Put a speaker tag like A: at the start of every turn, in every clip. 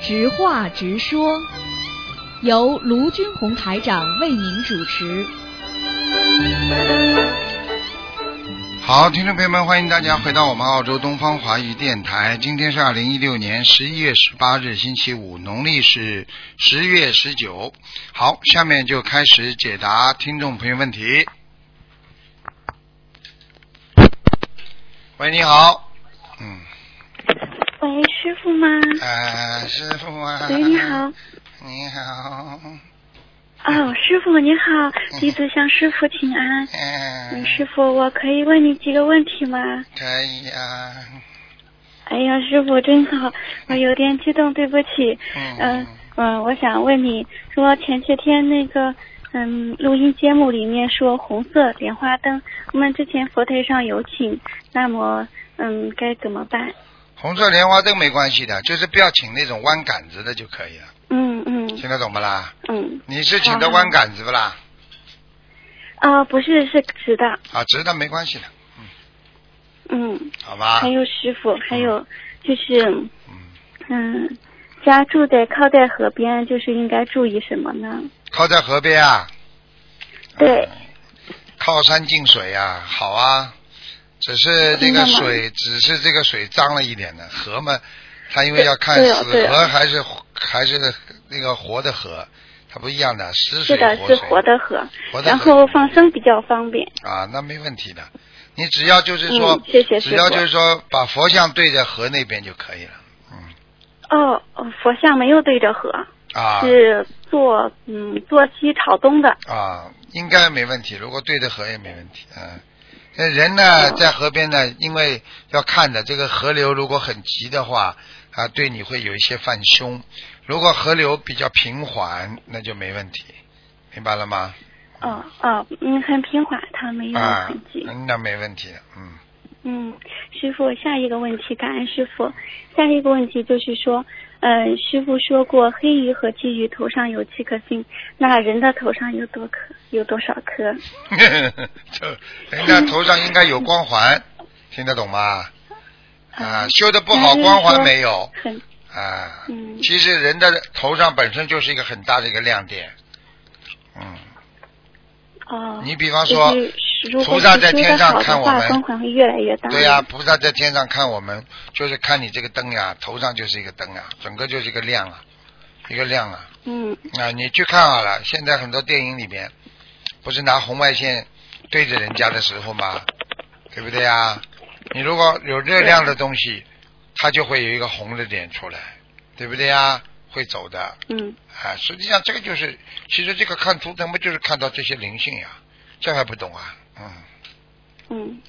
A: 直话直说，由卢军红台长为您主持。
B: 好，听众朋友们，欢迎大家回到我们澳洲东方华语电台。今天是二零一六年十一月十八日，星期五，农历是十月十九。好，下面就开始解答听众朋友问题。喂，你好，嗯，
C: 喂，师傅吗？
B: 呃，师傅啊，啊
C: 喂，你好。，
B: 你好，
C: 哦，师傅您好，弟子向师傅请安。嗯，
B: 嗯，
C: 师傅，我可以问你几个问题吗？
B: 可以啊，
C: 哎呀，师傅真好，我有点激动，对不起。嗯
B: 嗯，
C: 嗯，我想问你说前些天那个嗯录音节目里面说红色莲花灯，我们之前佛台上有请，那么嗯该怎么办？
B: 红色莲花灯没关系的，就是不要请那种弯杆子的就可以了，
C: 嗯嗯
B: 听得懂不啦？
C: 嗯，
B: 你是请的弯杆子不啦？
C: 啊、不是是直的，
B: 啊，直的没关系的，
C: 嗯。
B: 好吧
C: 还？有师傅，还有就是
B: 嗯，
C: 嗯，家住在靠在河边，就是应该注意什么呢？
B: 靠在河边啊。
C: 对
B: 嗯。靠山近水啊，好啊，只是这个
C: 真的吗
B: 水，只是这个水脏了一点的河嘛，它因为
C: 对
B: 要看
C: 对哦
B: 死
C: 对哦
B: 河还是还是那个活的河，它不一样的，死水
C: 是的，
B: 活
C: 是
B: 水。
C: 活的河，
B: 活的
C: 然
B: 河
C: 后放生比较方便。
B: 啊，那没问题的。你只要就是说，
C: 嗯谢谢师
B: 只要
C: 傅
B: 就是说把佛像对着河那边就可以了。嗯
C: 哦，哦佛像没有对着河，
B: 啊
C: 是坐嗯坐西朝东的。
B: 啊，应该没问题。如果对着河也没问题。嗯，那人呢，
C: 嗯
B: 在河边呢，因为要看的这个河流，如果很急的话，啊，对你会有一些犯凶；如果河流比较平缓，那就没问题。明白了吗？
C: 哦哦，嗯，很平缓，它没有
B: 啊
C: 痕迹。，
B: 嗯那没问题的。嗯。
C: 嗯，师傅，下一个问题，感恩师傅。下一个问题就是说，呃，师傅说过，黑鱼和鲫鱼头上有七颗星，那人的头上有多颗？有多少颗？
B: 就人家头上应该有光环，听得懂吗？啊，修的不好，
C: 嗯
B: 光环没有
C: 很，
B: 啊。
C: 嗯
B: 其实人的头上本身就是一个很大的一个亮点。嗯，
C: 哦。
B: 你比方说，
C: 就是如
B: 菩
C: 果
B: 萨
C: 你
B: 在
C: 修
B: 天
C: 得
B: 上
C: 好的
B: 看我
C: 话
B: 们
C: 光环会越来越大。
B: 对呀、菩萨在天上看我们，就是看你这个灯呀，头上就是一个灯啊，整个就是一个亮啊，一个亮啊。
C: 嗯
B: 啊，你去看好了，现在很多电影里边，不是拿红外线对着人家的时候吗？对不对啊？你如果有热量的东西，它就会有一个红的点出来，对不对啊？会走的
C: 嗯
B: 啊，实际上这个就是，其实这个看图腾不就是看到这些灵性呀、这还不懂啊？嗯
C: 嗯，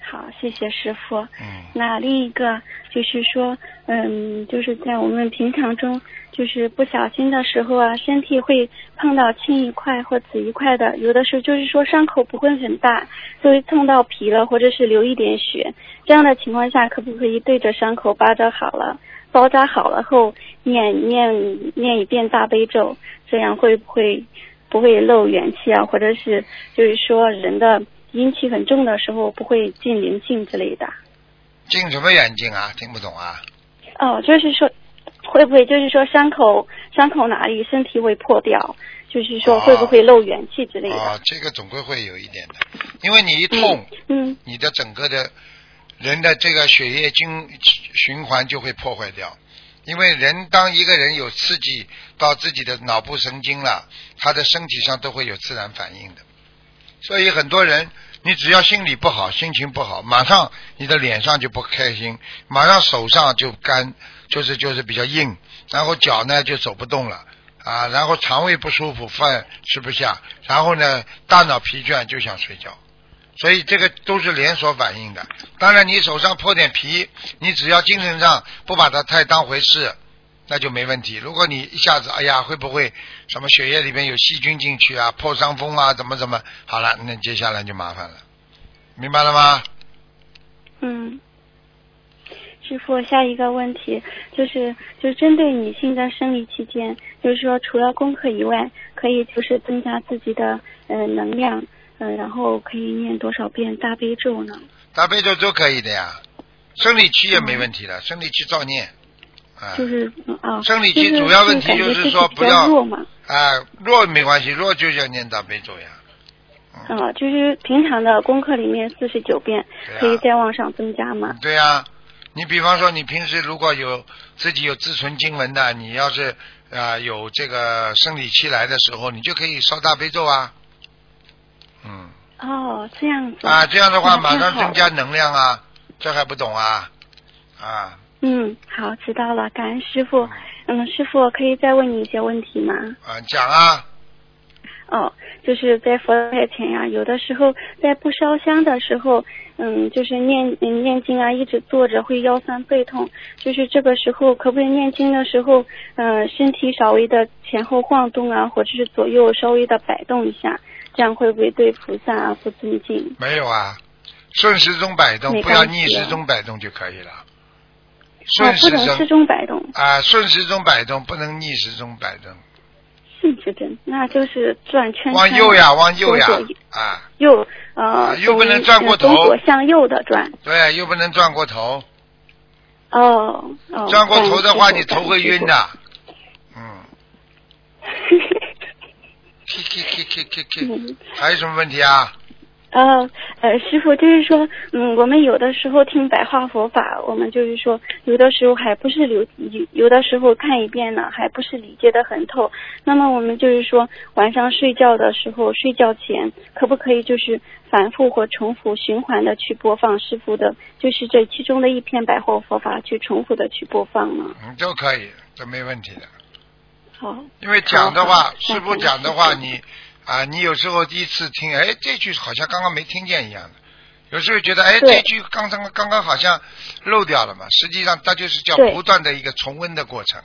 C: 好，谢谢师傅。
B: 嗯，
C: 那另一个就是说，嗯，就是在我们平常中，就是不小心的时候啊，身体会碰到青一块或紫一块的，有的时候就是说伤口不会很大，就会蹭到皮了，或者是流一点血。这样的情况下，可不可以对着伤口包扎好了，包扎好了后念念念一遍大悲咒，这样会不会不会漏元气啊？或者是就是说人的阴气很重的时候，不会进灵性之类的？
B: 进什么远近啊？听不懂啊？
C: 哦，就是说，会不会就是说伤口伤口哪里身体会破掉？就是说会不会漏元气之类的？
B: 啊，这个总归会有一点的，因为你一痛，
C: 嗯
B: 你的整个的人的这个血液经循环就会破坏掉。因为人当一个人有刺激到自己的脑部神经了，他的身体上都会有自然反应的。所以很多人，你只要心里不好，心情不好，马上你的脸上就不开心，马上手上就干，就是就是比较硬，然后脚呢就走不动了啊，然后肠胃不舒服，饭吃不下，然后呢大脑疲倦就想睡觉。所以这个都是连锁反应的。当然，你手上破点皮，你只要精神上不把它太当回事，那就没问题。如果你一下子，哎呀，会不会什么血液里面有细菌进去啊，破伤风啊，怎么怎么？好了，那接下来就麻烦了，明白了吗？
C: 嗯。师傅，下一个问题就是，就是针对女性的生理期间，就是说除了功课以外，可以就是增加自己的呃能量，嗯、然后可以念多少遍大悲咒呢？
B: 大悲咒都可以的呀，生理期也没问题的，生理期照念，啊、啊
C: 嗯就是嗯啊，
B: 生理期
C: 就是
B: 主要问题
C: 感觉
B: 就是
C: 自己
B: 说
C: 比
B: 不
C: 较
B: 要
C: 弱嘛，
B: 啊，弱没关系，弱就叫念大悲咒呀。
C: 嗯、就是平常的功课里面四十九遍，
B: 对啊嗯
C: 可以再往上增加嘛。
B: 对呀、你比方说你平时如果有自己有自存经文的，你要是啊、呃有这个生理期来的时候，你就可以烧大悲咒啊。嗯
C: 哦，这样子
B: 啊，这样的话
C: 那
B: 马
C: 太
B: 上
C: 好
B: 增加
C: 了
B: 能量啊，这还不懂啊啊。
C: 嗯，好，知道了，感恩师傅。嗯，师傅可以再问你一些问题吗？
B: 啊，讲啊，
C: 哦，就是在佛台前呀、有的时候在不烧香的时候，嗯，就是念嗯念经啊，一直坐着会腰酸背痛，就是这个时候可不可以念经的时候，嗯、身体稍微的前后晃动啊，或者是左右稍微的摆动一下，这样会不会对菩萨啊不尊敬？
B: 没有啊，顺时钟摆动，
C: 没
B: 不要
C: 关系
B: 逆时
C: 啊
B: 钟摆动就可以了。
C: 哦
B: 顺，时
C: 不能适
B: 钟
C: 中摆动，
B: 啊，顺时钟摆动，不能逆时钟摆动，
C: 顺时针，那就是转圈圈。
B: 往右呀，往右呀
C: 左左，
B: 啊，
C: 右
B: 啊
C: 呃，
B: 右不能
C: 从
B: 转过头
C: 从左向右的转。
B: 对，又不能转过头，
C: 哦哦。
B: 转过头的话，
C: 感
B: 你
C: 恩师父
B: 头会晕。的。 嗯，k k k k k k，
C: 感恩师父嗯
B: 还有什么问题啊？
C: 呃呃，师傅就是说，嗯，我们有的时候听白话佛法，我们就是说，有的时候还不是留，有有的时候看一遍呢，还不是理解的很透。那么我们就是说，晚上睡觉的时候，睡觉前可不可以就是反复或重复循环的去播放师傅的，就是这其中的一篇白话佛法去重复的去播放呢？
B: 嗯，都可以，都没问题的。
C: 好，
B: 因为讲的
C: 好
B: 话
C: 好，
B: 师傅讲的话，你啊，你有时候第一次听，哎，这句好像刚刚没听见一样的。有时候觉得，哎，
C: 对
B: 这句刚刚刚刚好像漏掉了嘛，实际上它就是叫
C: 对
B: 不断的一个重温的过程，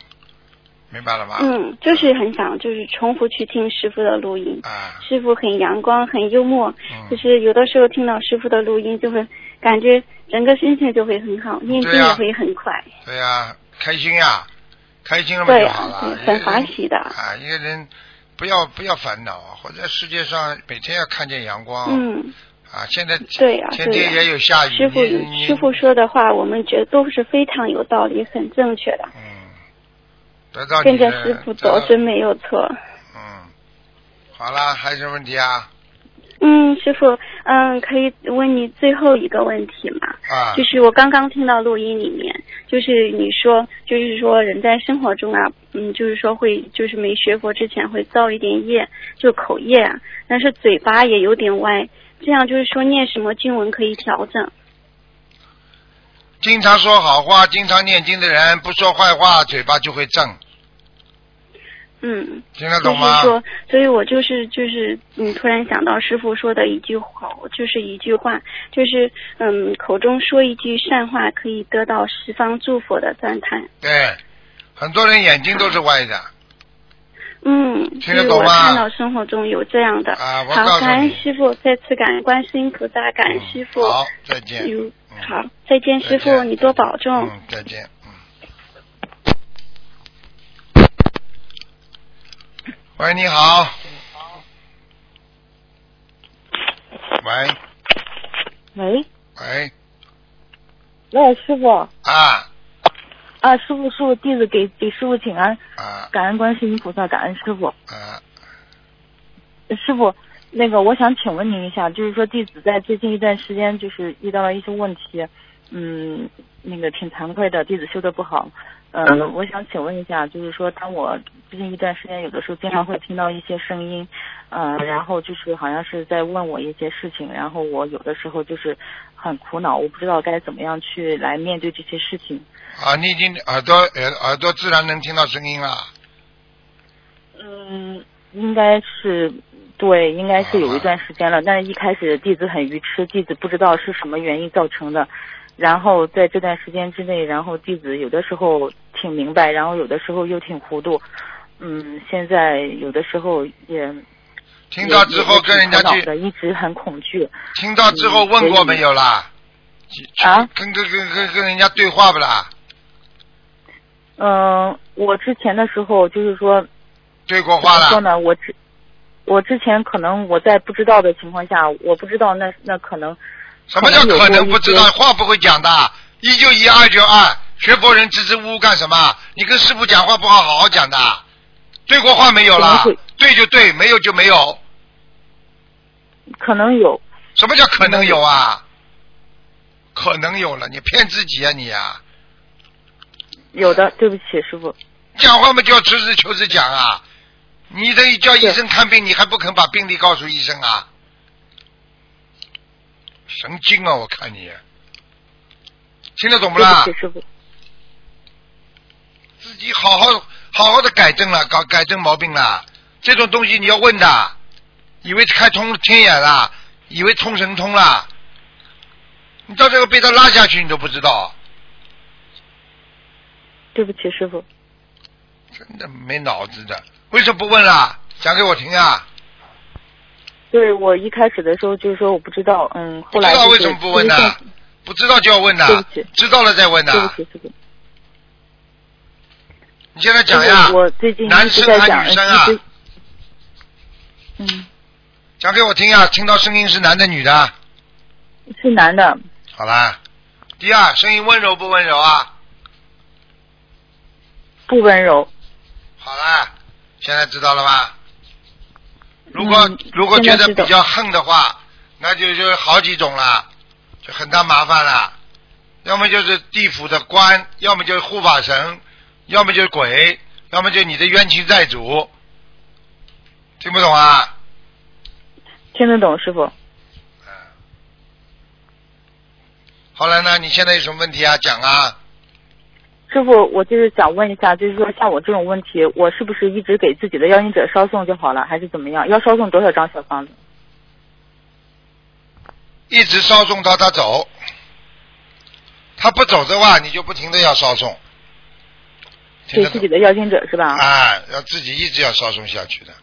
B: 明白了吗？
C: 嗯，就是很想就是重复去听师傅的录音。
B: 啊，
C: 师傅很阳光，很幽默，
B: 嗯
C: 就是有的时候听到师傅的录音，就会感觉整个心情就会很好，念经
B: 对啊
C: 也
B: 呀
C: 会很快。
B: 对呀、开心呀、开心了嘛
C: 对
B: 就
C: 呀
B: 好了哎
C: 对，
B: 一个
C: 很欢
B: 人
C: 喜的
B: 啊，一个人不要不要烦恼啊，活在世界上每天要看见阳光、
C: 嗯，
B: 啊，现在
C: 对呀
B: 天
C: 对呀
B: 天也有下雨，
C: 师傅
B: 你你
C: 师傅说的话，我们觉得都是非常有道理、很正确的，
B: 嗯，得到啊
C: 跟
B: 你
C: 着
B: 的
C: 师傅
B: 得
C: 走
B: 到
C: 真没有错。
B: 嗯，好啦，还有什么问题啊？
C: 嗯，师傅，嗯，可以问你最后一个问题吗？
B: 啊
C: 就，是我刚刚听到录音里面，就是你说，就是说人在生活中啊，嗯，就是说会，就是没学佛之前会造一点业，就口业啊，但是嘴巴也有点歪，这样就是说念什么经文可以调整？
B: 经常说好话、经常念经的人，不说坏话，嘴巴就会正，
C: 嗯，
B: 听得
C: 就
B: 懂吗
C: 是？说，所以我就是就是，嗯，突然想到师傅说的一句话，就是一句话，就是嗯，口中说一句善话，可以得到十方诸佛的赞叹。
B: 对，很多人眼睛都是歪的。
C: 嗯，
B: 听得
C: 就是
B: 懂
C: 我
B: 吗
C: 看到生活中有这样的。
B: 啊我告
C: 好，
B: 诉
C: 感恩
B: 你嗯
C: 师傅，再次感恩观世音菩萨，感恩哎师傅。
B: 好，再见。
C: 嗯
B: 嗯
C: 好，再见，师
B: 再
C: 傅，
B: 见
C: 你多保重。
B: 嗯，再见。嗯。喂，你好。喂
D: 喂，
B: 喂
D: 喂，师傅
B: 啊
D: 啊，师傅，师傅，弟子给给师傅请安，
B: 啊
D: 感恩观世音菩萨，感恩师傅。
B: 啊！
D: 师傅，那个我想请问您一下，就是说弟子在最近一段时间就是遇到了一些问题，嗯，那个挺惭愧的，弟子修的不好。呃，我想请问一下，就是说，当我最近一段时间有的时候经常会听到一些声音，呃，然后就是好像是在问我一些事情，然后我有的时候就是很苦恼，我不知道该怎么样去来面对这些事情。
B: 啊，你已经耳朵耳耳朵自然能听到声音了。
D: 嗯，应该是对，应该是有一段时间了。但是一开始弟子很愚痴，弟子不知道是什么原因造成的。然后在这段时间之内，然后弟子有的时候挺明白，然后有的时候又挺糊涂。嗯，现在有的时候也
B: 听到之后
D: 也也挺
B: 跟人家
D: 苦恼
B: 去，
D: 的一直很恐惧。
B: 听到之后问过没有啦？
D: 啊
B: 跟跟跟跟跟人家对话不啦？
D: 嗯、我之前的时候就是说
B: 对过
D: 怎
B: 话
D: 么说
B: 啦？
D: 呢？我之我之前可能我在不知道的情况下，我不知道那那可能
B: 什么叫可能不知道？话不会讲的，一就一，二就二，学佛人支支吾吾干什么？你跟师傅讲话不好好好讲的，对过话没有啦
D: 怎么会？
B: 对就对，没有就没有。
D: 可能有，
B: 什么叫可能有啊？可能有了，你骗自己啊你啊！
D: 有的，对不起，师傅。
B: 讲话嘛就要实事求是讲啊！你等于叫医生看病，你还不肯把病历告诉医生啊？神经啊！我看你，听得懂不
D: 对
B: 啦
D: 不？起，师傅。
B: 自己好好好好的改正了，搞改正毛病了。这种东西你要问的，以为开通天眼了，以为通神通了，你到最后被他拉下去，你都不知道，
D: 对不起，师傅。
B: 真的没脑子的。为什么不问啦？讲给我听啊！
D: 对我一开始的时候就是说我不知道，嗯，后来
B: 知道
D: 就是
B: 为什么不问呢
D: 因为上
B: 不知道就要问
D: 对
B: 的
D: 不起，
B: 知道了再问
D: 对不
B: 的。
D: 起，师傅。
B: 你现在讲
D: 因
B: 呀
D: 为，我最近
B: 男
D: 一直
B: 生
D: 在
B: 还
D: 讲，
B: 女生啊
D: 一直嗯，
B: 讲给我听呀，听到声音是男的女的，
D: 是男的，
B: 好啦。第二，声音温柔不温柔啊？
D: 不温柔。
B: 好啦，现在知道了吧？如果、
D: 嗯
B: 如果觉
D: 现在
B: 得
D: 知道
B: 比较横的话，那就就是好几种了，就很大麻烦了。要么就是地府的官，要么就是护法神，要么就是鬼，要么就是你的冤亲债主。听不懂啊？
D: 听得懂，师傅。
B: 后来呢？你现在有什么问题啊？讲啊！
D: 师傅，我就是想问一下，就是说像我这种问题，我是不是一直给自己的邀请者烧送就好了，还是怎么样？要烧送多少张小房子？
B: 一直烧送到他走，他不走的话，你就不停的要烧送。听
D: 给
B: 得
D: 自
B: 懂
D: 己的邀请者是吧？
B: 啊，要自己一直要烧送下去的。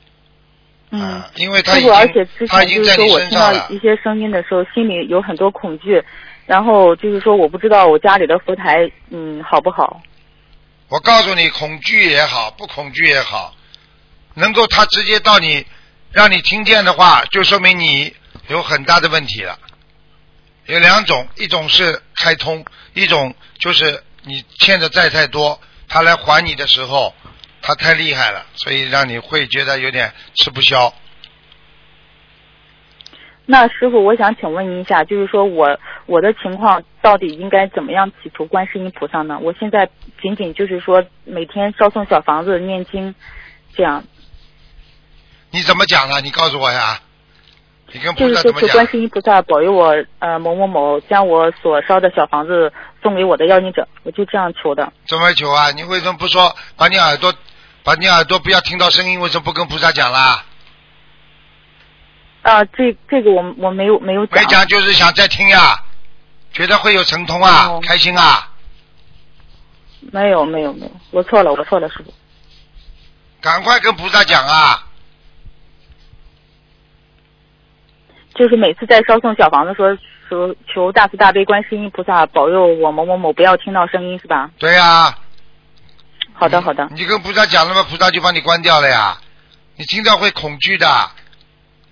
D: 嗯。
B: 啊，因为他
D: 师
B: 已
D: 傅，
B: 经
D: 而且之
B: 他
D: 前
B: 已经
D: 就是
B: 在
D: 说
B: 你
D: 我
B: 身
D: 听
B: 上
D: 到
B: 了
D: 一，些声音的时候，心里有很多恐惧，然后就是说我不知道我家里的佛台嗯好不好。
B: 我告诉你，恐惧也好，不恐惧也好，能够他直接到你，让你听见的话，就说明你有很大的问题了。有两种，一种是开通，一种就是你欠的债太多，他来还你的时候，他太厉害了，所以让你会觉得有点吃不消。
D: 那师傅，我想请问您一下，就是说我我的情况到底应该怎么样祈求观世音菩萨呢？我现在仅仅就是说每天烧送小房子、念经，这样
B: 你怎么讲呢？啊你告诉我呀。你跟
D: 就
B: 菩
D: 是
B: 萨
D: 说
B: 怎么
D: 求
B: 讲？啊
D: 观世音菩萨保佑我呃某某某将我所烧的小房子送给我的要请者，我就这样求的。
B: 怎么求啊？你为什么不说把你耳朵，把你耳朵不要听到声音？为什么不跟菩萨讲啦？
D: 啊、这这个我我没有没有讲。
B: 没讲就是想再听呀，觉得会有神通啊，
D: 哦
B: 开心啊，
D: 没有没有没有，我错了，我错了，师傅。
B: 赶快跟菩萨讲啊！
D: 就是每次在烧送小房子说说求大慈大悲观世音菩萨保佑我某某某不要听到声音是吧？
B: 对啊呀、
D: 好的好的，
B: 嗯你跟菩萨讲了吗？菩萨就帮你关掉了呀。你听到会恐惧的。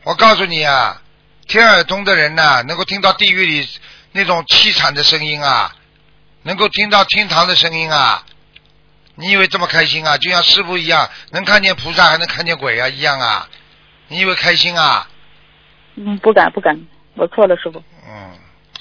B: 我告诉你啊，天耳通的人呐、能够听到地狱里那种凄惨的声音啊，能够听到天堂的声音啊。你以为这么开心啊？就像师傅一样，能看见菩萨，还能看见鬼啊，一样啊。你以为开心啊？
D: 嗯，不敢不敢，我错了，师傅，
B: 嗯，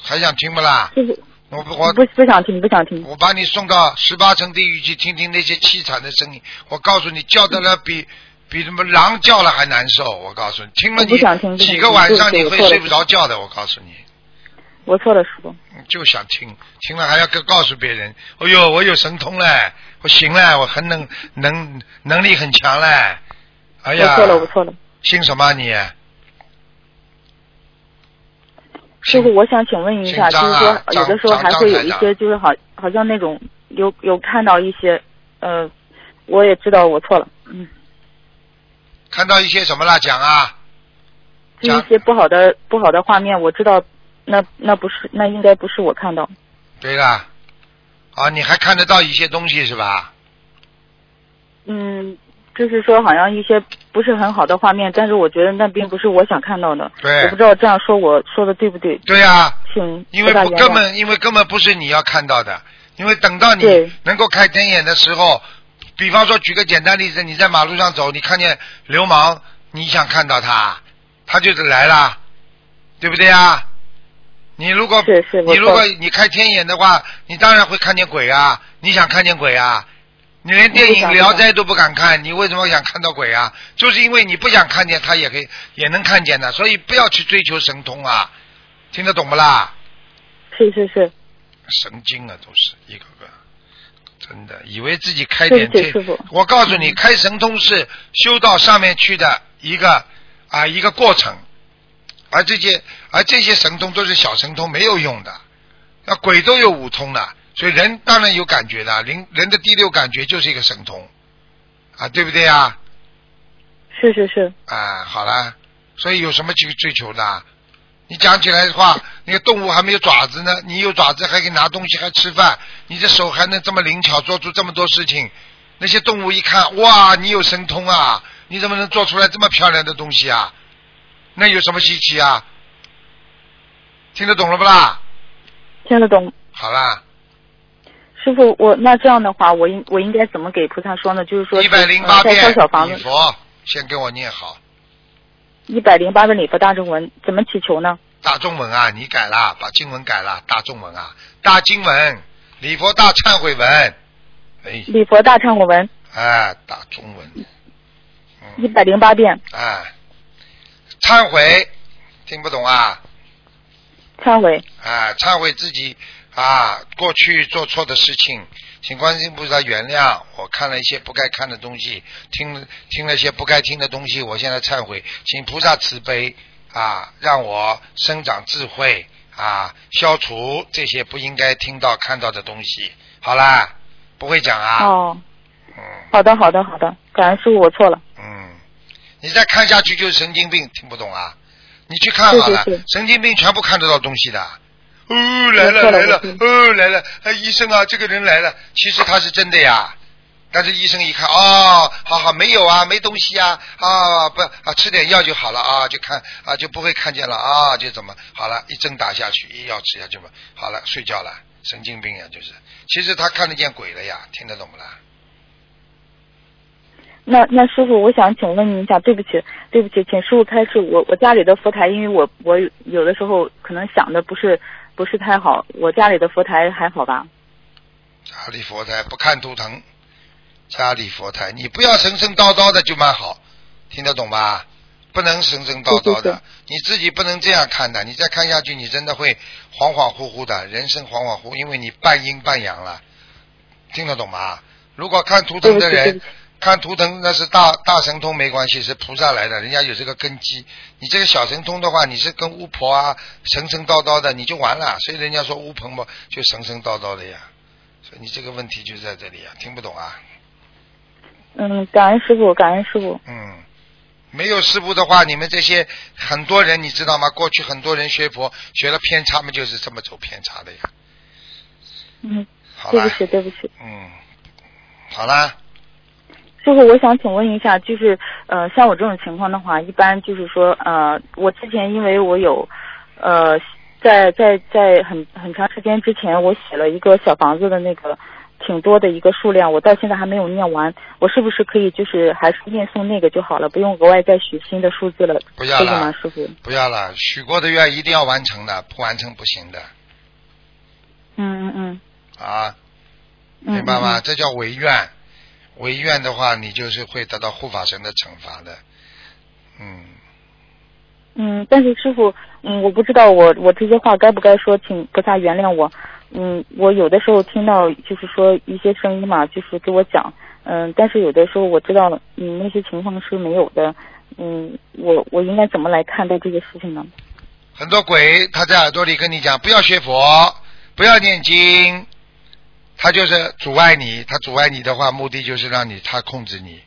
B: 还想听不啦？
D: 师傅
B: 我不我
D: 不不想听不想听，
B: 我把你送到十八层地狱去，听听那些凄惨的声音。我告诉你，叫得了比比什么狼叫了还难受。我告诉你，听了
D: 我
B: 你
D: 不想听
B: 几个晚上你
D: 对不
B: 会
D: 起我错了
B: 睡不着觉的。我告诉你，
D: 我错了，师傅，
B: 你就想听，听了还要告告诉别人。哎呦，我有神通嘞，我行嘞，我很能能能力很强嘞。哎
D: 我
B: 呀，
D: 错了我错了，
B: 信什么啊你？
D: 师傅，我想请问一下，
B: 紧张
D: 就是
B: 啊
D: 说有的时候
B: 张
D: 还会有
B: 张台
D: 一
B: 长
D: 些就是好好像那种有有看到一些，呃，我也知道我错了，嗯，
B: 看到一些什么啦？讲啊，
D: 就一
B: 讲
D: 些不好的不好的画面，我知道那那不是那应该不是我看到。
B: 对啦。啊，你还看得到一些东西是吧？
D: 嗯，就是说好像一些不是很好的画面，但是我觉得那并不是我想看到的。
B: 对
D: 我不知道这样说我说的对不对，
B: 对呀、
D: 请
B: 因为
D: 大
B: 不
D: 原
B: 根
D: 谅。
B: 本因为根本不是你要看到的，因为等到你
D: 对
B: 能够开天眼的时候，比方说举个简单例子，你在马路上走，你看见流氓，你想看到他，他就是来啦，对不对啊？你如果
D: 是是没
B: 你如
D: 错
B: 果你开天眼的话，你当然会看见鬼啊！你想看见鬼啊？你连电
D: 不
B: 影
D: 想
B: 《
D: 不
B: 聊
D: 想
B: 斋》都不敢看，你为什么想看到鬼啊？就是因为你不想看见，他也可以也能看见的，所以不要去追求神通啊！听得懂不啦？
D: 是是是，
B: 神经啊，都是一个个，真的以为自己开
D: 对
B: 点
D: 不起
B: 天
D: 师傅，
B: 我告诉你，嗯开神通是修到上面去的一个啊一个过程，而这些而这些神通都是小神通，没有用的。那鬼都有五通的，所以人当然有感觉的，人人的第六感觉就是一个神通啊，对不对啊？
D: 是是是，
B: 啊，好啦，所以有什么去追求的啊？你讲起来的话，那个动物还没有爪子呢，你有爪子还可以拿东西，还吃饭，你这手还能这么灵巧，做出这么多事情。那些动物一看，哇，你有神通啊，你怎么能做出来这么漂亮的东西啊？那有什么稀奇啊？听得懂了不啦？
D: 听得懂。
B: 好啦，
D: 师傅，我那这样的话，我应我应该怎么给菩萨说呢？就是说
B: 一
D: 是，
B: 百零八
D: 呃、在
B: 遍嗯
D: 烧小房
B: 礼
D: 子，
B: 佛，先给我念好。
D: 一百零八个礼佛大正文，怎么祈求呢？
B: 大中文啊，你改啦，把经文改啦，大中文啊，大经文，礼佛大忏悔文，哎
D: 礼佛大忏悔文
B: 哎，大中文，
D: 一百零八遍，
B: 哎，忏悔，听不懂啊？
D: 忏悔。
B: 啊，忏悔自己啊，过去做错的事情，请观世音菩萨原谅。我看了一些不该看的东西，听听了一些不该听的东西，我现在忏悔，请菩萨慈悲啊，让我生长智慧啊，消除这些不应该听到看到的东西。好啦，不会讲啊，
D: 哦，
B: 嗯
D: 好的好的好的，感恩师傅，我错了。
B: 嗯，你再看下去就是神经病，听不懂啊？你去看好了，
D: 是是是
B: 神经病全部看得到东西的。哦，来了
D: 错了
B: 来了
D: 我，听
B: 哦来了，哎，医生啊，这个人来了，其实他是真的呀。但是医生一看，哦，好好，没有啊，没东西啊，啊不啊，吃点药就好了啊，就看啊就不会看见了啊，就怎么好了，一针打下去，一药吃下去嘛，好了，睡觉了，神经病呀，啊就是，其实他看得见鬼了呀，听得懂不啦？
D: 那那师傅，我想请问您一下，对不起，对不起，请师傅开示我我家里的佛台，因为我我有的时候可能想的不是不是太好，我家里的佛台还好吧？
B: 家里佛台不看图腾，家里佛台你不要神神叨叨的就蛮好，听得懂吧？不能神神叨叨
D: 是是
B: 的
D: 是，
B: 你自己不能这样看的，你再看下去，你真的会恍恍惚惚的，人生恍恍惚，因为你半阴半阳了，听得懂吗？如果看图
D: 对
B: 腾
D: 不
B: 的
D: 起，对不
B: 人
D: 起，
B: 看图腾那是大大神通没关系，是菩萨来的，人家有这个根基。你这个小神通的话，你是跟巫婆啊神神叨叨的，你就完了。所以人家说巫婆嘛，就神神叨叨的呀。所以你这个问题就在这里呀，听不懂啊？
D: 嗯，感恩师傅，感恩师傅，
B: 嗯，没有师傅的话，你们这些很多人你知道吗？过去很多人学佛学了偏差嘛，就是这么走偏差的呀。
D: 嗯，
B: 好
D: 对不
B: 啦，
D: 起，对不起，
B: 嗯，好啦，
D: 师傅，我想请问一下，就是呃，像我这种情况的话，一般就是说呃，我之前因为我有呃，在在在很很长时间之前，我写了一个小房子的那个挺多的一个数量，我到现在还没有念完，我是不是可以就是还是念诵那个就好了，不用额外再许新的数字了，
B: 不要
D: 可以
B: 了
D: 吗，师傅？
B: 不要了，许过的愿一定要完成的，不完成不行的
D: 嗯嗯嗯
B: 啊。
D: 嗯，
B: 明白吗？
D: 嗯？
B: 这叫违愿，违愿的话，你就是会得到护法神的惩罚的。嗯，
D: 嗯，但是师傅，嗯，我不知道我我这些话该不该说，请菩萨原谅我。嗯，我有的时候听到就是说一些声音嘛，就是给我讲，嗯，但是有的时候我知道，嗯，那些情况是没有的。嗯，我我应该怎么来看待这些事情呢？
B: 很多鬼他在耳朵里跟你讲，不要学佛，不要念经，他就是阻碍你。他阻碍你的话，目的就是让你他控制你。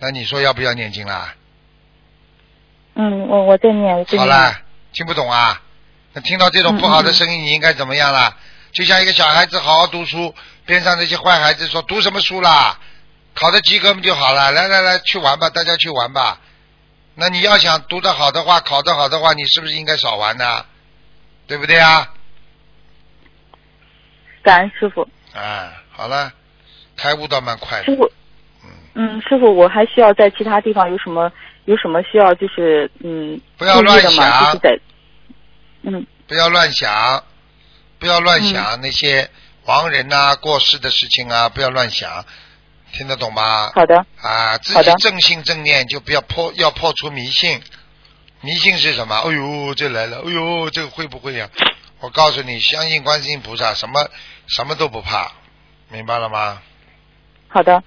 B: 那你说要不要念经啦？
D: 嗯，我我在念，我会
B: 好
D: 念。
B: 啦，听不懂啊？那听到这种不好
D: 嗯
B: 的声音，你应该怎么样啦？就像一个小孩子好好读书，边上那些坏孩子说读什么书啦？考得及格不就好了？来来来，去玩吧，大家去玩吧。那你要想读得好的话，考得好的话，你是不是应该少玩呢？对不对啊？
D: 感恩师傅。
B: 啊，好了，开悟倒蛮快
D: 师
B: 的，
D: 傅，
B: 嗯，
D: 嗯，师傅，我还需要在其他地方有什么有什么需要就是嗯
B: 不要乱
D: 注意的吗
B: 想
D: 就是在嗯
B: 不要乱想，不要乱想那些亡人呐、过世的事情啊，不要乱想，听得懂吗？
D: 好的
B: 啊，自
D: 好
B: 己
D: 的
B: 正心正念，就不要破，要破除迷信。迷信是什么？哎呦，这来了！哎呦，这个会不会呀、我告诉你，相信观世音菩萨，什么什么都不怕，明白了吗？
D: 好的。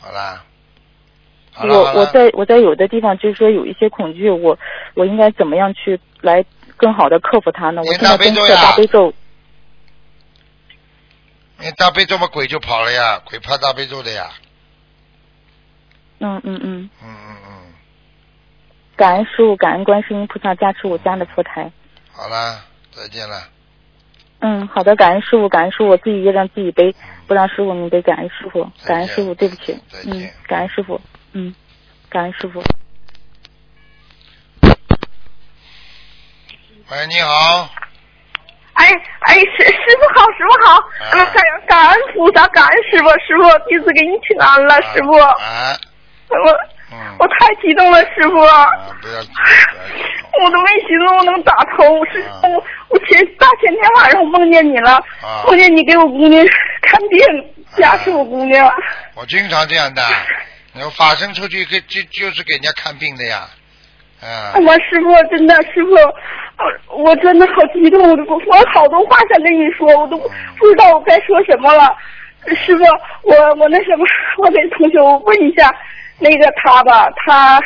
B: 好啦，好了
D: 我
B: 好
D: 我
B: 了，
D: 在我在有的地方就是说有一些恐惧，我我应该怎么样去来更好的克服它呢？我
B: 念
D: 现
B: 大
D: 在
B: 悲
D: 公
B: 咒
D: 司
B: 呀
D: 的大悲咒，
B: 你大悲咒嘛，鬼就跑了呀，鬼怕大悲咒的呀，
D: 嗯嗯嗯，
B: 嗯嗯嗯，
D: 感恩师傅，感恩观世音菩萨加持我家的佛台。
B: 好啦，再见了。
D: 嗯，好的，感恩师傅，感恩师傅，我自己也让自己背，不让师傅您背，感恩师傅，感恩师傅，对不起
B: 再，见
D: 嗯，感恩师傅，嗯，感恩师傅。
B: 喂，你好，
E: 哎哎，师师傅好，师傅好，
B: 啊
E: 嗯、感感恩菩萨，感恩师傅，师傅弟子给你请安了，师傅，
B: 啊，
E: 我
B: 嗯，
E: 我太激动了，师傅，
B: 啊，不要急，不要急，
E: 我都没寻思我能打通，师傅，我前大前天晚上我梦见你了，
B: 啊
E: 梦见你给我姑娘看病，家是我姑娘，
B: 我经常这样的，然后法身出去给就就是给人家看病的呀，啊，
E: 我师傅真的师傅，呃我我真的好激动，我都我好多话想跟你说，我都不知道我该说什么了。师傅，我我那什么， 我给同学我问一下，那个他吧，他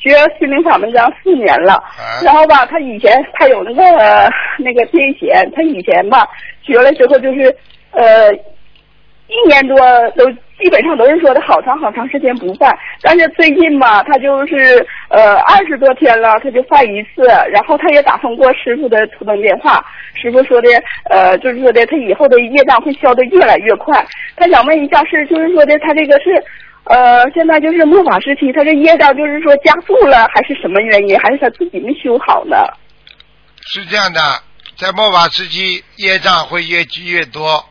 E: 学心灵法门章四年了，
B: 啊
E: 然后吧，他以前他有那个那个癫痫，他以前吧学了之后就是呃一年多都基本上都是说的好长好长时间不犯，但是最近吧，他就是呃二十多天了，他就犯一次，然后他也打通过师傅的图腾电话，师傅说的呃就是说的他以后的业障会消的越来越快，他想问一下是就是说的他这个是。呃，现在就是末法时期，他这业障就是说加速了，还是什么原因？还是他自己没修好呢？
B: 是这样的，在末法时期，业障会越积越多。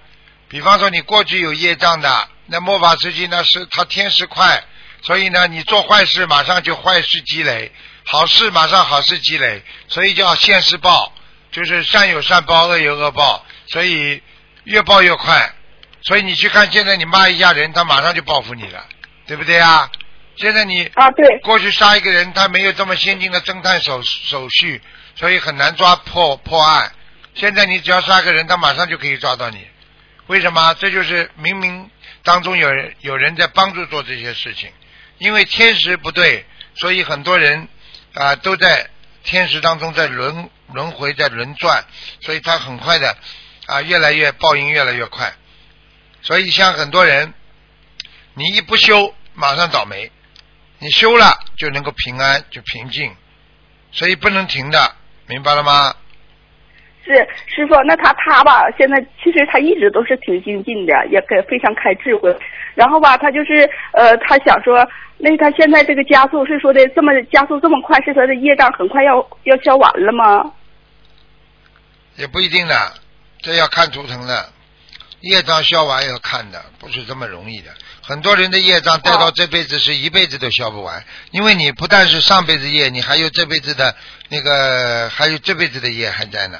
B: 比方说，你过去有业障的，那末法时期呢，是它天时快，所以呢，你做坏事马上就坏事积累，好事马上好事积累，所以叫现世报，就是善有善报，恶有恶报，所以越报越快。所以你去看，现在你骂一下人，他马上就报复你了，对不对啊？现在你
E: 啊，对，
B: 过去杀一个人，他没有这么先进的侦探手手续，所以很难抓破破案。现在你只要杀个人，他马上就可以抓到你。为什么？这就是冥冥当中有人有人在帮助做这些事情，因为天时不对，所以很多人啊、都在天时当中在轮轮回，在轮转，所以他很快的啊、越来越报应越来越快。所以像很多人，你一不修，马上倒霉。你修了就能够平安，就平静，所以不能停的，明白了吗？
E: 是师傅，那他他吧，现在其实他一直都是挺精进的，也给非常开智慧。然后吧，他就是呃，他想说，那他现在这个加速是说的这么加速这么快，是他的业障很快要要消完了吗？
B: 也不一定的，这要看图腾的，业障消完要看的，不是这么容易的。很多人的业障带到这辈子是一辈子都消不完，因为你不但是上辈子业，你还有这辈子的那个，还有这辈子的业还在呢，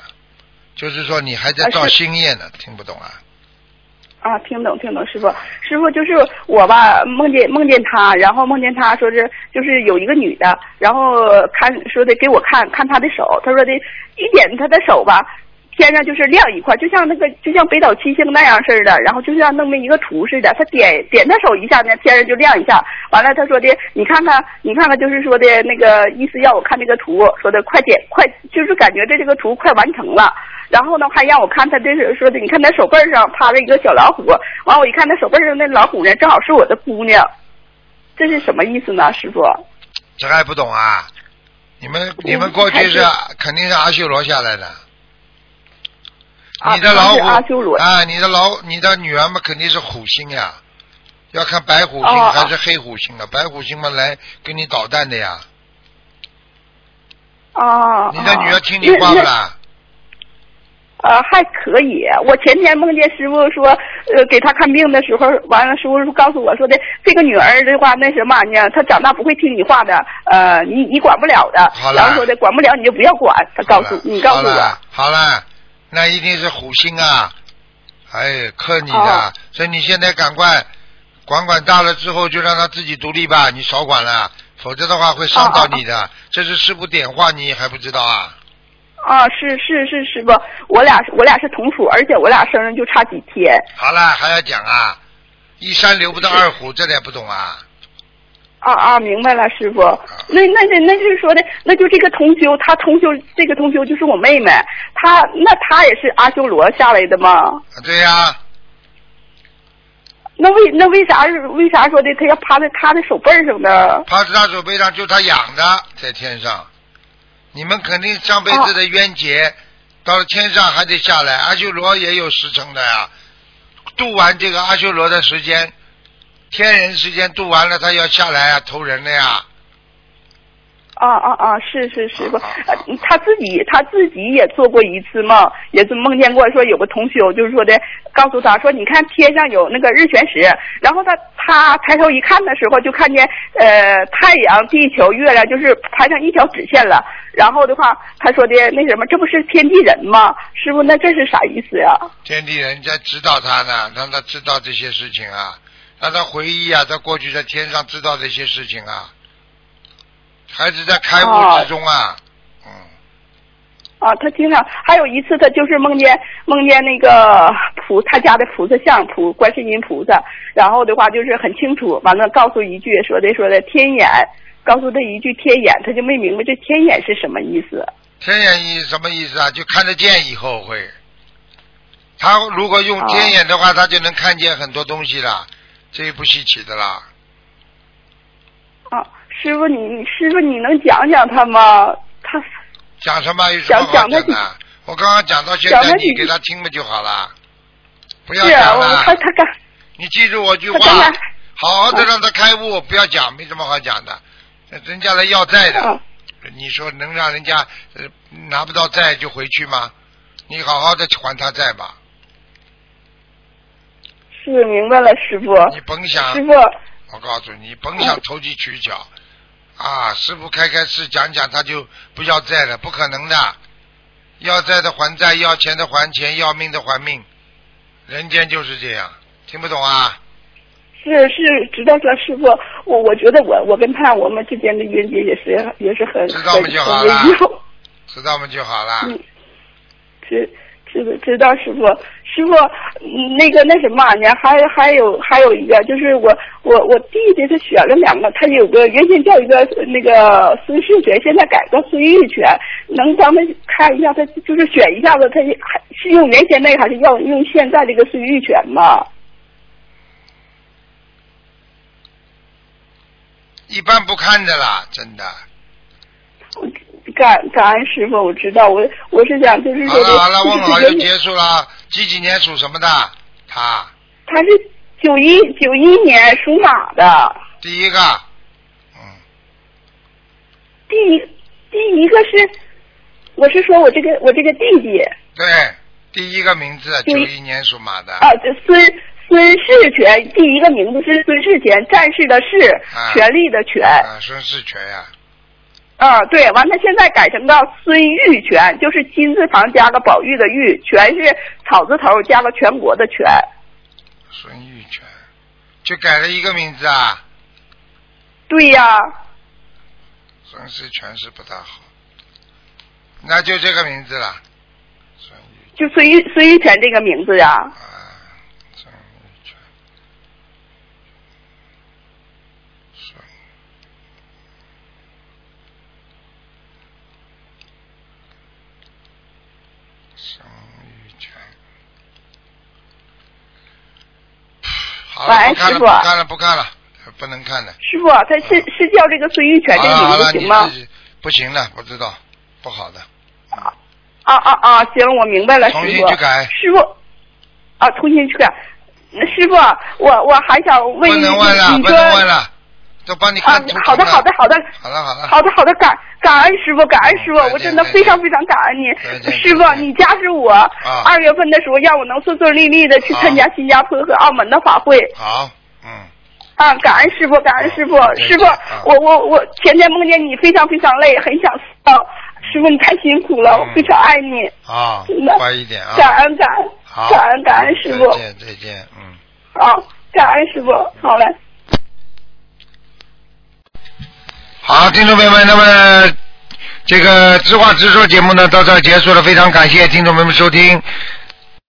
B: 就是说你还在造
E: 啊是
B: 新业呢，听不懂啊？
E: 啊，听懂听懂，师傅，师傅就是我吧，梦见梦见他，然后梦见他说是就是有一个女的，然后看说的给我看看她的手，他说的一点她的手吧，天上就是亮一块，就像那个就像北斗七星那样似的，然后就像那么一个图似的，他点点他手一下呢，天上就亮一下，完了他说的你看看你看看就是说的那个意思要我看这个图，说的快点快就是感觉这这个图快完成了。然后呢，还让我看他这是说的，你看他手背上趴着一个小老虎，完我一看他手背上那老虎呢，正好是我的姑娘，这是什么意思呢，师傅？
B: 这还不懂啊？你们你们
E: 嗯
B: 过去
E: 还
B: 是啊
E: 是
B: 肯定是阿修罗下来的。
E: 啊
B: 你的老
E: 他是
B: 虎
E: 阿修罗
B: 啊，你的老你的女儿嘛肯定是虎星呀，要看白虎星
E: 哦
B: 还是黑虎星了。啊白虎星嘛来给你捣蛋的呀。
E: 啊，
B: 你的女儿听你
E: 那
B: 话不
E: 那
B: 啦？
E: 呃，还可以。我前天梦见师傅说，呃，给他看病的时候，完了师傅告诉我说的，这个女儿的话，那什么呢，她长大不会听你话的，呃，你你管不了的
B: 好。了
E: 然后说的管不了你就不要管，他告诉你告
B: 好
E: 诉我
B: 了，。好了，那一定是虎星啊，哎，克你的，
E: 哦
B: 所以你现在赶快管管大了之后就让他自己独立吧，你少管了，否则的话会伤到你的。
E: 哦
B: 这是师傅点化你还不知道啊？
E: 啊，是是是师傅，我俩我俩是同属，而且我俩生日就差几天。
B: 好了，还要讲啊？一山留不得二虎，这点不懂啊？
E: 啊啊，明白了，师傅。那那那那就是说的，那就这个同修，他同修这个同修就是我妹妹，她那她也是阿修罗下来的吗？
B: 啊对呀、
E: 那为那为啥为啥说的他要趴在他的手背儿上呢？
B: 趴在他手背上，就他养的，在天上。你们肯定上辈子的冤结，到了天上还得下来。阿修罗也有时辰的呀，度完这个阿修罗的时间，天人时间度完了，他要下来啊，投人了呀。
E: 啊啊啊！是是师傅，
B: 啊
E: 呃他自己他自己也做过一次梦，也是梦见过说有个同修，就是说的告诉他说，你看天上有那个日全食，然后他他抬头一看的时候，就看见呃太阳、地球、月亮就是排成一条直线了。然后的话，他说的那什么，这不是天地人吗？师傅，那这是啥意思呀、
B: 天地人在指导他呢，让他知道这些事情啊，让他回忆啊，他过去在天上知道这些事情啊，孩子在开悟之中啊，嗯。
E: 啊，他经常还有一次，他就是梦见梦见那个菩他家的菩萨像菩观世音菩萨，然后的话就是很清楚，完了告诉一句说的说的天眼，告诉他一句天眼，他就没明白这天眼是什么意思。
B: 天眼意什么意思啊？就看得见以后会。他如果
E: 哦
B: 用天眼的话，他就能看见很多东西了，这也不稀奇的啦。
E: 啊，师傅你你师傅你能讲讲他吗？他
B: 讲什么有什么好
E: 讲
B: 讲
E: 讲他
B: 的？我刚刚讲到现
E: 讲
B: 在
E: 他，几
B: 你给他听了就好了，不要
E: 是啊
B: 讲
E: 我
B: 了
E: 他。他刚
B: 你记住我句
E: 他刚
B: 话
E: 才，
B: 好好的让他开悟，不要讲，没什么好讲的。人家来要债的
E: 嗯，
B: 你说能让人家呃拿不到债就回去吗？你好好的还他债吧，
E: 是明白了师傅，
B: 你甭想
E: 师傅
B: 我告诉你，甭想投机取巧啊！师傅开开示讲讲，他就不要债了，不可能的。要债的还债，要钱的还钱，要命的还命。人间就是这样，听不懂啊？
E: 是是知道了师傅，我我觉得我我跟他我们之间的冤结也是也是很
B: 知道我
E: 很
B: 们就好
E: 很
B: 了
E: 微妙。
B: 知道吗？就好了。
E: 嗯知知道知道师傅，师傅，嗯那个那什么，你还还有还有一个，就是我我我弟弟他选了两个，他有个原先叫一个呃那个孙氏权，现在改个孙玉权，能帮他看一下，他就是选一下子，他还是用原先那个还是要用现在这个孙玉权吗？
B: 一般不看的啦，真的。
E: 感感恩师傅，我知道，我我是想就是
B: 好
E: 说
B: 了好
E: 的，
B: 了，问好
E: 就是
B: 就
E: 原先
B: 结束了。几几年属什么的？他
E: 他是九一九一年属马的。
B: 第一个，嗯，
E: 第一第一个是，我是说我这个我这个弟弟
B: 对，第一个名字，九
E: 对
B: 一年属马的。
E: 啊，这孙孙世权，第一个名字是孙世权，战士的士
B: 啊，
E: 权力的权。
B: 啊，孙世全呀、
E: 啊，对，完他现在改成到孙玉权，就是金字旁加个宝玉的玉，权是草字头加个全国的全。
B: 孙玉泉，就改了一个名字啊。
E: 对呀、
B: 孙世全是不大好，那就这个名字了。孙玉
E: 就孙玉孙玉权这个名字呀、
B: 啊，孙玉泉，孙孙玉泉。好了，
E: 喂
B: 不看了，
E: 师
B: 不
E: 傅
B: 看了，不看了，不能看了。
E: 师傅，他是是叫这个孙玉权这
B: 好
E: 个
B: 了好了，啊
E: 名字
B: 你
E: 行吗
B: 自？己不行了，不知道，不好的，
E: 啊啊啊！行，我明白了，师
B: 重新
E: 傅。
B: 去改
E: 哎师傅，啊，重新去改。那师傅，我我还想问
B: 不
E: 一句，
B: 能问了，
E: 你
B: 不
E: 说
B: 能问了，都帮你
E: 啊
B: 看图，
E: 好的，
B: 腾了
E: 好的，好的，
B: 好了好了，嗯
E: 好的，好的，感感恩师傅，感恩师傅
B: 再，见
E: 我真的
B: 再见
E: 非常非常感恩您
B: 再见，
E: 师
B: 再
E: 傅，
B: 见
E: 你加持我
B: 啊，
E: 二月份的时候让我能顺顺利利的去参加新加坡和澳门的法会
B: 好，嗯，
E: 啊！感恩师傅，感恩师傅
B: 再，见
E: 师傅
B: 啊，
E: 我我我前天梦见你非常非常累，很想死啊，师傅你太辛苦了，我
B: 嗯
E: 非常爱你，
B: 啊
E: 真的，
B: 乖一点啊，
E: 感恩感恩
B: 好，
E: 感恩感恩师傅
B: 再见再见，嗯。
E: 啊，感恩师傅，好嘞。
B: 好，听众朋友们，那么这个直话直说节目呢到这儿结束了，非常感谢听众朋友们收听。